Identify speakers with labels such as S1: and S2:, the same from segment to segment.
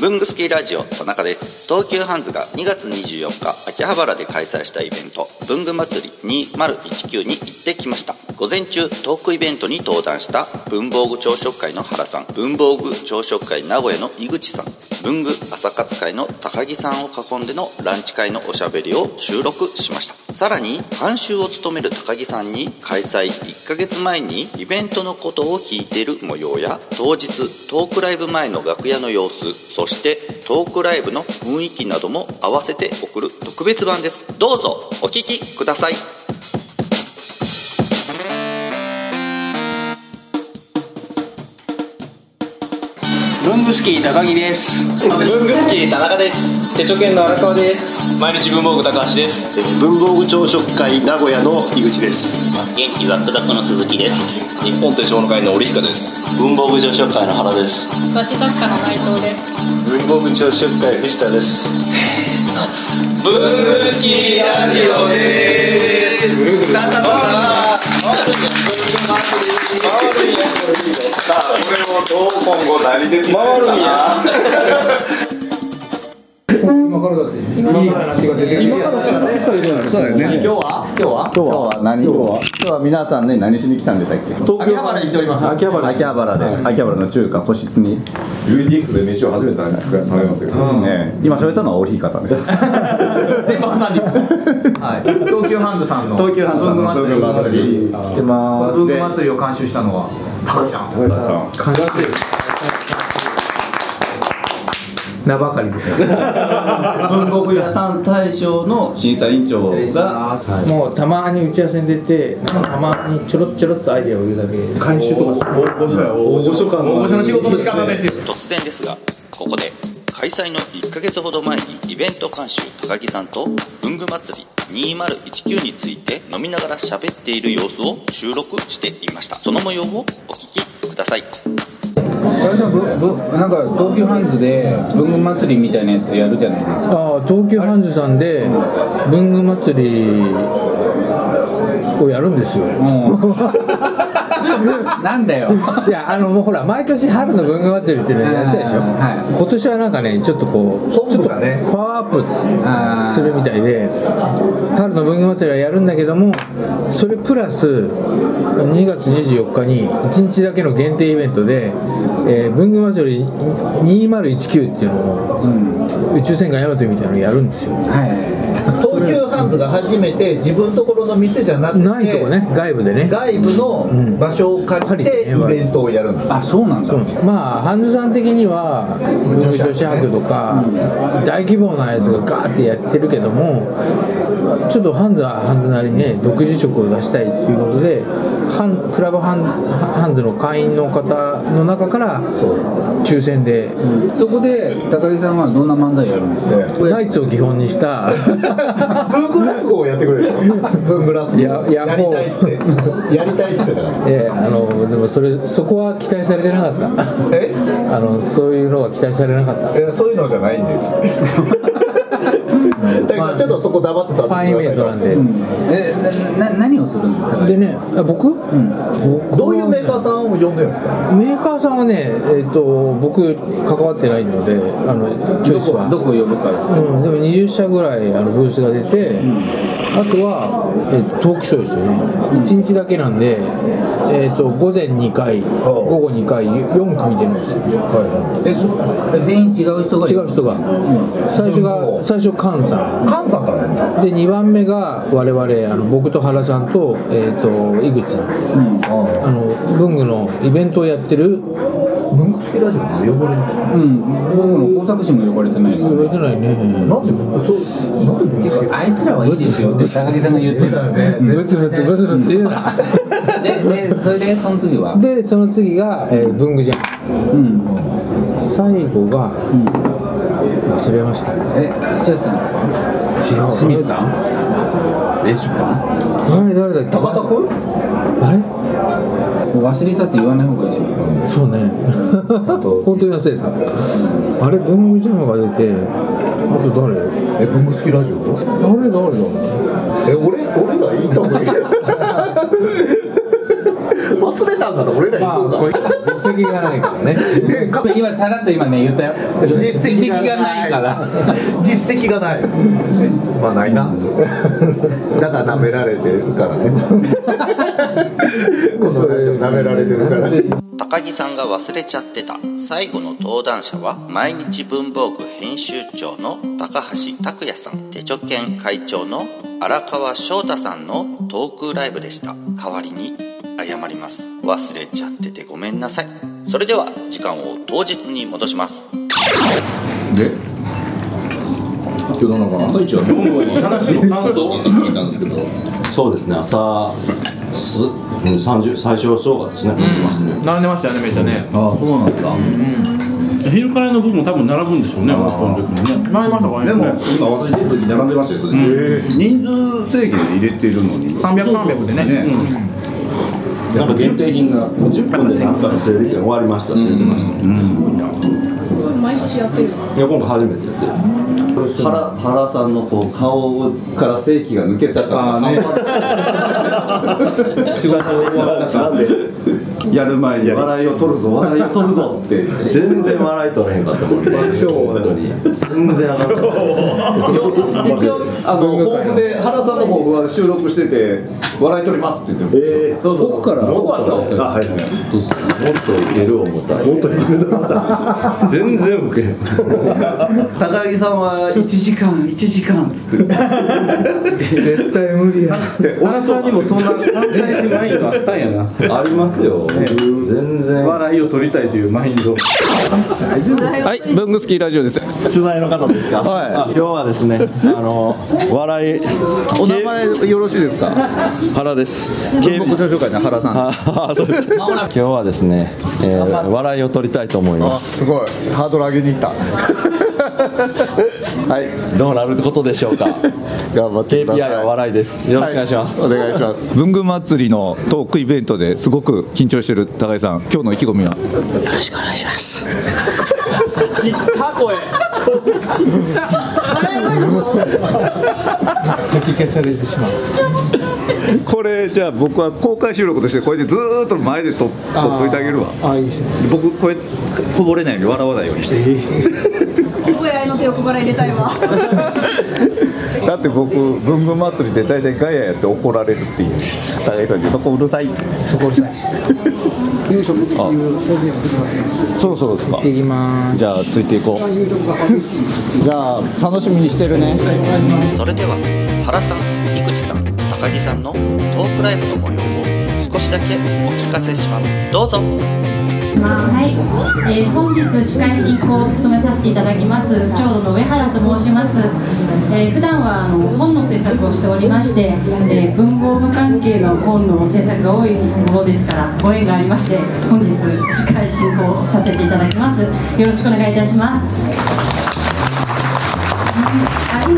S1: 文具スキーラジオ田中です東急ハンズが2月24日秋葉原で開催したイベント文具祭り2019に行ってきました午前中トークイベントに登壇した文房具朝食会の原さん文房具朝食会名古屋の井口さん文具朝活会の高木さんを囲んでのランチ会のおしゃべりを収録しましたさらに監修を務める高木さんに開催1ヶ月前にイベントのことを聞いている模様や当日トークライブ前の楽屋の様子そしてトークライブの雰囲気なども合わせて送る特別版ですどうぞお聞きください
S2: 文具スキー高木です。文具スキー田中です。
S3: 手帳券の荒川です毎日文房具高橋です
S4: えー文房具朝食会名古屋の井口です
S5: 元気ザックザックの鈴木です
S3: 日本手帳の会の織彦です
S5: 文房具上昇会の原です
S6: 和紙作家の内藤です。
S4: 文房具朝食会藤田です
S2: 今日は今日は
S7: 今日は何今日は皆さんね何しに来たんでしたっけ東
S2: 秋葉原に来ております。
S7: 秋葉原秋葉原で、秋葉原の中華個室に、
S8: UDX で飯を初めて食べますよ、
S7: ね今喋ったのはオリヒカさんです
S2: 全部挟んで。はい。東急ハンズさんの
S7: 東急ハンズさんの
S2: 文具祭
S7: 文
S2: り
S7: 具祭り来てます
S2: 文具祭りを監修したのは高木さん。名ばか りです。
S7: 文房具屋さん大賞の審査委員長が
S9: もうたまに打ち合わせに出て、なんかたまにちょろっちょろっとアイデアを言うだけで、回収とか
S3: 大御所や大御所感
S2: 大御所の仕事の仕方ですよ。
S1: 突然ですがここで開催の1ヶ月ほど前にイベント監修高木さんと文具祭り2019について飲みながら喋っている様子を収録していましたその模様をお聞きください
S10: あれでもぶぶなんか東急ハンズで文具祭りみたいなやつやるじゃないですか
S9: ああ東急ハンズさんで文具祭りをやるんですよ。
S10: なんだよ
S9: いやあのもうほら毎年春の文具祭りっていうのやってたでしょ、
S10: は
S9: 今年はなんかねちょっとこう本部がねパワーアップするみたいで春の文具祭りはやるんだけどもそれプラス2月24日に1日だけの限定イベントで、えー文具祭り2019っていうのを、宇宙戦艦ヤマトみたいなのやるんですよ
S10: はい
S2: 東急ハンズが初めて自分ところの店じゃなくて
S9: ないとこね外部でね
S2: 外部の場所を借りてイベントをやるんです。
S10: あそうなんだ
S9: まあハンズさん的には文具女子博とか大規模なやつがガーってやってるけどもちょっとハンズはハンズなりにね独自色を出したいっていうことでハンクラブハンハンズの会員の方の中から抽選で
S10: そこで高木さんはどんな漫才やるんですか
S9: ナイツを基本にした
S2: 文具落語をやってくれるの。文具落語。
S9: いやいや
S2: やりたいっつって。やりたいっつってたから。
S9: ええあのでもそれそこは期待されてなかった
S2: え？
S9: あのそういうのは期待されなかった
S2: いやそういうのじゃないんでっつ って。だからちょっとそこ黙ってさ。
S9: ファンイベントなんで、
S10: うんえなな何をするんだ
S9: でね、あ僕、僕
S2: どういうメーカー
S9: ん
S2: さんを呼んでるんですか。
S9: メーカーさんはね、えー、と僕関わってないのであのチョ
S10: ど
S9: イス
S10: こ
S9: は
S10: どこ呼ぶか
S9: うん、でも20社ぐらいあのブースが出て、あとは、えートークショーですよね1日だけなんで、えー、と午前2回午後2回4組出るんですよ
S10: えそ全員違う人が
S9: 違う人が、最初が最初菅さん
S2: カンさんからね。
S9: で2番目が我々あの僕と原さんと,、えー、と井口さん、あの文具のイベントをやってる
S2: 文具付きラジオに呼ばれるの。
S10: うん僕の工作師も呼ばれてないです
S9: 覚えてないね
S2: なんで文具そうなんで文具付
S10: あいつらはいいですよって高木さんが言ってたんで
S9: ブツブツブツブツ言うな
S10: ででそれでその次は
S9: でその次が、えー文具じゃん
S10: うん
S9: 最後が、忘れました違
S10: え土屋さん
S9: う
S10: 清水さんえ出版
S9: あれ誰だっけ
S2: 高田君？
S9: あれ
S10: 忘れたって言わない方がいいですよ
S9: そうね本当に忘れたあれ文具ジャムが出てあと誰あ
S2: え文具付きラジオ？
S9: れ誰だ
S2: え俺俺らいいと思う。
S11: 忘れたんだと俺ら
S12: まあ
S11: 行こう
S12: こう
S11: か
S12: 実績がないからね
S2: 今さらっと今ね言ったよ実
S11: 績がない
S2: がないから
S11: 実績がないまあないなだから舐められてるからねこのラジオ舐められてるから
S1: 高木さんが忘れちゃってた最後の登壇者は毎日文房具編集長の高橋拓也さん手著研会長の荒川翔太さんのトークライブでした代わりに謝ります忘れちゃっててごめんなさいそれでは時間を当日に戻します
S13: で今日どうなのかな朝一は
S14: 今日の話の関東って聞いたんですけど
S15: そうですね、朝、すうん30最初はすごかったですね、
S16: 並んでましたよねめっちゃね
S13: ああそうなんだ
S17: うん昼からの部分も多分並ぶんでしょうね、オープンの時もね。並びましたかね。
S13: でも今私出る時並んでましたよそれ人数制限入れてるのに
S16: 300 300でね
S13: やっぱ限定品が10分で何回の整理券終わりましたって言ってました
S6: 毎年やってるの
S13: いや今度初めてやって
S18: 原原さんのこう顔から正気が抜けたからね仕事終わったからやる前に笑いを取るぞ笑いを取るぞって全然笑い取れへんかったもんね爆笑本当に全然上がった一応あのホームで原さんの方は収録してて笑い取りますって言ってえそうそう僕から僕はさあはいはいもっといける思ったもっといける思った全然ウケへん高木さんは1時間1時間っつって
S12: 絶対無理や
S17: 原さんにもそんな関西人マインドあったんやなありますよ、全然笑いを取りたいというマインド大丈夫
S19: はい、文具スキーラジオです。取材の方ですか。はい。今日はですね、あの笑い。お名前よろしいですか。原です。文庫紹介の原さん。ああ、そうです。今日はですね、えー、笑いを取りたいと思います。
S11: すごいハードル上げにい った
S19: はい、どうなることでしょうか。頑張ってください。KPI は笑いです。よろしくお願いします。お願いします。
S9: 文具祭りのトークイベントですごく緊張してる高井さん、今日の意気込みは。
S20: よろしくお願いします。
S21: ちっちゃ声。ちっち
S9: かき消されてしまう。これじゃあ僕は公開収録としてこれでずーっと前で撮っ撮っといてあげるわあいいですね僕これこぼれないように笑わないようにして、
S6: 小屋への手を小腹入れたいわ。
S9: だって僕文具祭りで大体ガヤやって怒られるっていう高井さんにそこうるさいっつってそこうるさい
S21: 夕食っていう表現をできますよ
S9: そろそろですかじゃあついていこう
S21: 夕食が激しい。
S9: じゃあ楽しみにしてるね
S1: それでは原さん井口さん高木さんのトークライブの模様を少しだけお聞かせしますどうぞ
S22: はい、えー本日司会進行を務めさせていただきます長女の上原と申します、えー普段はあの本の制作をしておりまして、えー文房具関係の本の制作が多いものですからご縁がありまして本日司会進行をさせていただきますよろしくお願いいたしますあ今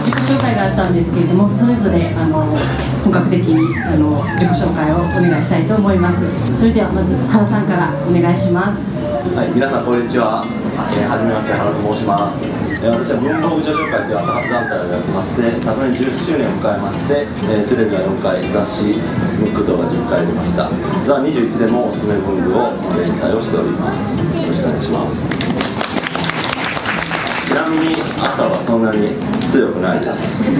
S22: 自己紹介があったんですけれどもそれぞれあの本格的にあの自己紹介をお願いしたいと思いますそれではまず原さんからお願いします
S18: はい、皆さんこんにちは。えー、はじめまして、原と申します。えー、私は文房具女子会という朝活団体をやってまして、昨年10周年を迎えまして、えー、テレビは4回、雑誌、ムック動画10回出ました。ザ21でもおすすめ文具を連載をしております。よろしくお願いします。ちなみに朝はそんなに強くないです。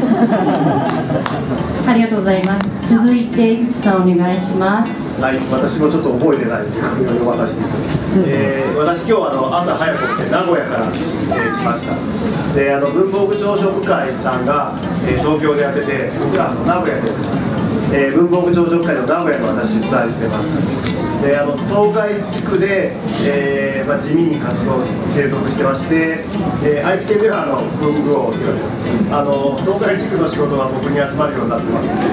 S22: ありがとうございます続いて井口さんお願いします
S23: はい、私もちょっと覚えてないんで、これを読まさせていただきます。えー私今日あの朝早く起きて名古屋から来ました。で、あの文房具朝食会さんが、えー東京でやってて、僕らあの名古屋でやってます。えー文房具朝食会の名古屋で私主催してます。で、あの東海地区で、えーまあ地味に活動を継続してまして、えー愛知県ではあの文具を広げてます。あの東海地区の仕事は僕に集まるようになってますんで。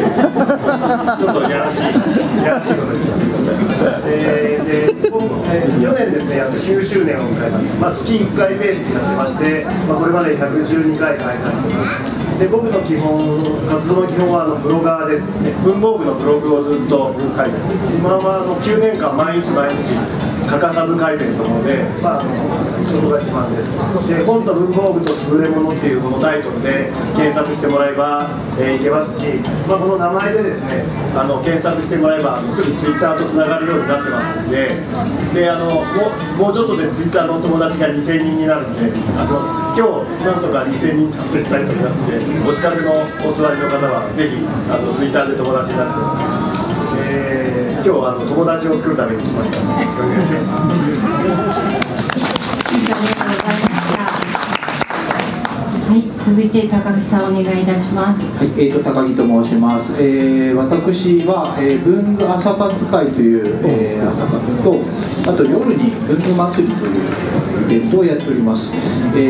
S23: ちょっとやらしい、やらしいことです。えーで、今えー去年ですね、あの9周年を迎えました。まあ、月1回ベースになってまして、まあ、これまで112回開催してます。で、僕の基本、活動の基本はあのブロガーです、ね。文房具のブログをずっと書いてます。自分はあの9年間毎日毎日。
S18: 欠かさず書いてると思うので、まあ、あのそこが自慢ですで本と文房具と優れものっていうこのタイトルで検索してもらえば、えーいけますし、まあ、この名前でですねあの検索してもらえばあのすぐツイッターとつながるようになってますんでであのもうもうちょっとでツイッターのお友達が2000人になるんであの今日なんとか2000人達成したいと思いますんでお近くのお座りの方はぜひあのツイッターで友達になってくださいえー今日はあの友達を作るために来ました。よろしくお願いします。
S22: はい、続いて高木さんお願いいたします。
S2: はい、えー、と高木と申します、えー私は、えー文具朝活会という、えー朝活とあと夜に文具祭りというイベントをやっております、え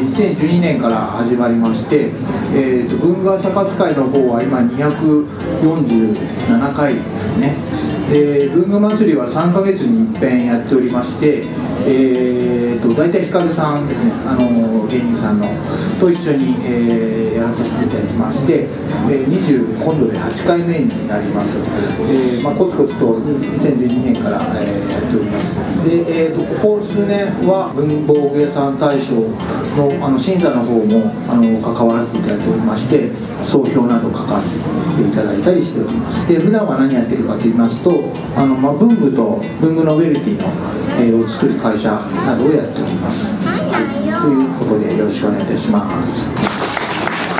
S2: ー2012年から始まりまして、えーと文具朝活会の方は今247回ですねで文具祭りは3ヶ月に一遍やっておりまして、えー、と大体ひかるさんですねあの芸人さんのと一緒に、えーやらさせていただきまして、えー20今度で8回目になります、えーまあ、コツコツと2012年から、えーやっておりますで、えー、とここ数年は文房具屋さん大賞のあの審査の方もあの関わらせていただいておりまして総評など書かせていただいたりしておりますで普段は何やってるかと言いますとあの、まあ、文具と文具ノベルティの、えーを作る会社などをやっておりますということでよろしくお願いいたします
S22: 高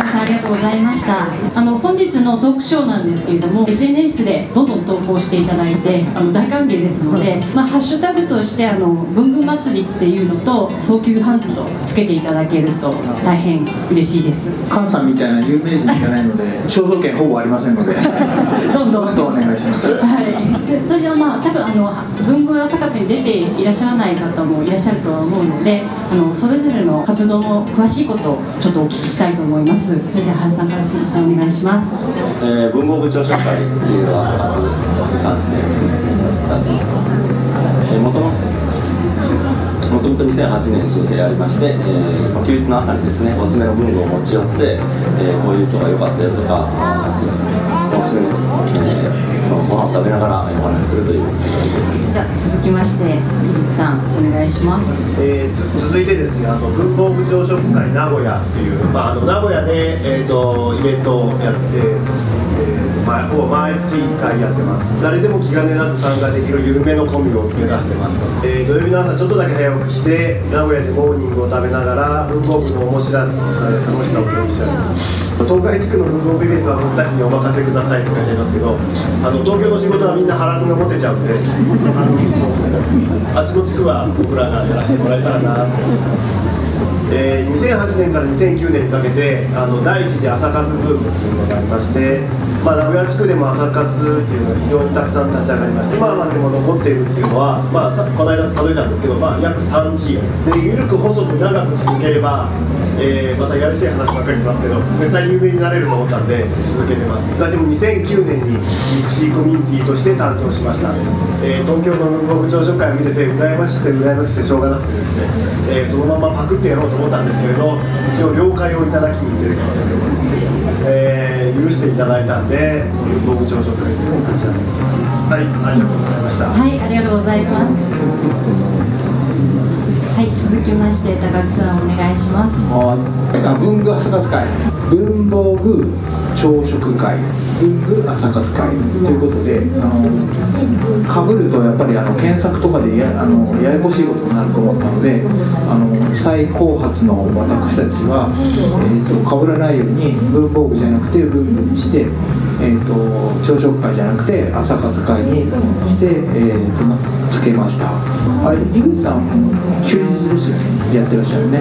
S22: 木さんありがとうございました。あの本日のトークショーなんですけれども、SNS でどんどん投稿していただいて、あの大歓迎ですので、まあハッシュタグとしてあの文具祭りっていうのと東急ハンズとつけていただけると大変嬉しいです。
S2: 菅さんみたいな有名人じゃないので肖像権ほぼありませんのでどんどんとお願いします
S22: はい、でそれでまあ多分あの文具朝活に出ていらっしゃらない方もいらっしゃるとは思うのであのそれぞれの活動の詳しいことをちょっとお聞きしたいと思いますそれでは原さんから先輩お願いします
S8: えー文房具朝食会っていう朝活に関して説明させていただきます、えー、もとももともと2008年に申請ありまして、えー休日の朝にですねおすすめの文具を持ち寄って、えーこういうとが良かったよとかお話をおすすめの、えーご飯を食べながらえーお話しするという時間です
S22: じゃあ続きまして井口さんお願いします
S18: えーつ続いてですねあの文房具朝食会名古屋っていう、まあ、あの名古屋で、えー、とイベントをやって、えーまあ、ほぼ毎月1回やってます誰でも気兼ねなく参加できる緩めのコンビを目指してます、えー土曜日の朝ちょっとだけ早起きして名古屋でモーニングを食べながら文房具の面白さ楽しさを共有したり東海地区の文房具イベントは僕たちにお任せくださいって書いてありますけどあの東京の仕事はみんな腹に持ってちゃうんであっちの地区は僕らがやらせてもらえたらなえー2008年から2009年にかけてあの第一次朝活ブームっていうのがありまして、まあ、名古屋地区でも朝活っていうのが非常にたくさん立ち上がりまして今までも残っているっていうのは、まあ、さこの間数えたんですけど、まあ、約3チームで緩く細く長く続ければ、えーまたやらしい話ばっかりしますけど絶対有名になれると思ったんで続けてますだってもう2009年にミクシーコミュニティとして誕生しました、えー東京の文房具朝食会を見てて羨ましくて羨ましくてしょうがなくてですね、えーそのままパクってやろうと思ったんですけれど一応了解をいただきに行ってですね、えー許していただいたんで文房具朝食会というのを立ち上げましたはいありがとうございました
S22: はいありがとうございますはい続きまして高木さんお願いします
S2: はい文具朝活会文房具朝食会文具朝活会ということであのかぶるとやっぱりあの検索とかでやあのややこしいことになると思ったのであの最高発の私たちはかぶ、被らないように文房具じゃなくて文具にして、えー、と朝食会じゃなくて朝活会にして、えー、とつけましたあれ井口さんも休日ですよねやってらっしゃるね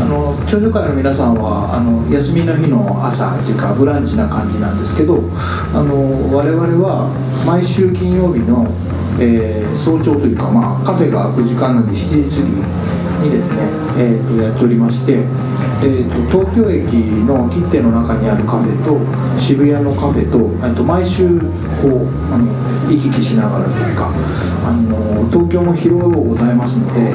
S2: あの朝食会の皆さんはあの休みの日の朝っていうかブランチな感じなんですけどあの我々は毎週金曜日の、えー早朝というか、まあ、カフェが開く時間なんで7時過ぎにですね、えー、とやっておりまして、えー、と東京駅の切手の中にあるカフェと渋谷のカフェとえーと毎週こうあの行き来しながらというかあの東京も広いございますので、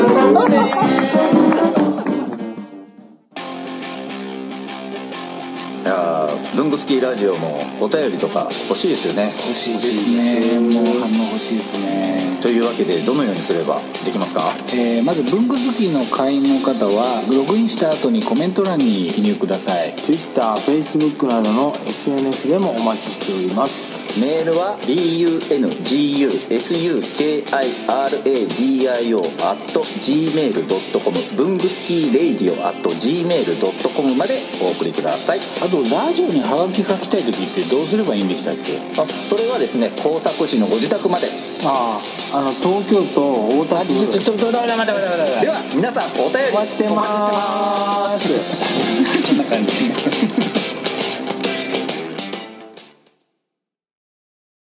S1: いやー文具好きラジオもお便りとか欲しいですよね欲しいですねもう反応欲しいですねというわけでどのようにすればできますか
S24: えーまず文具好きの会員の方はログインした後にコメント欄に記入ください TwitterFacebook などの SNS でもお待ちしております
S1: メールは bungusukradio gmail.com 文具スキーレイディオ gmail.com までお送りください
S24: あとラジオにハガキ書きたい時ってどうすればいいんでしたっけ
S1: あそれはですね工作士のご自宅まで
S24: あああの東京都大田区ちょちょちょダメダメダメダメダメ
S1: では皆さんお便りお待ちしてます
S24: こんな感じ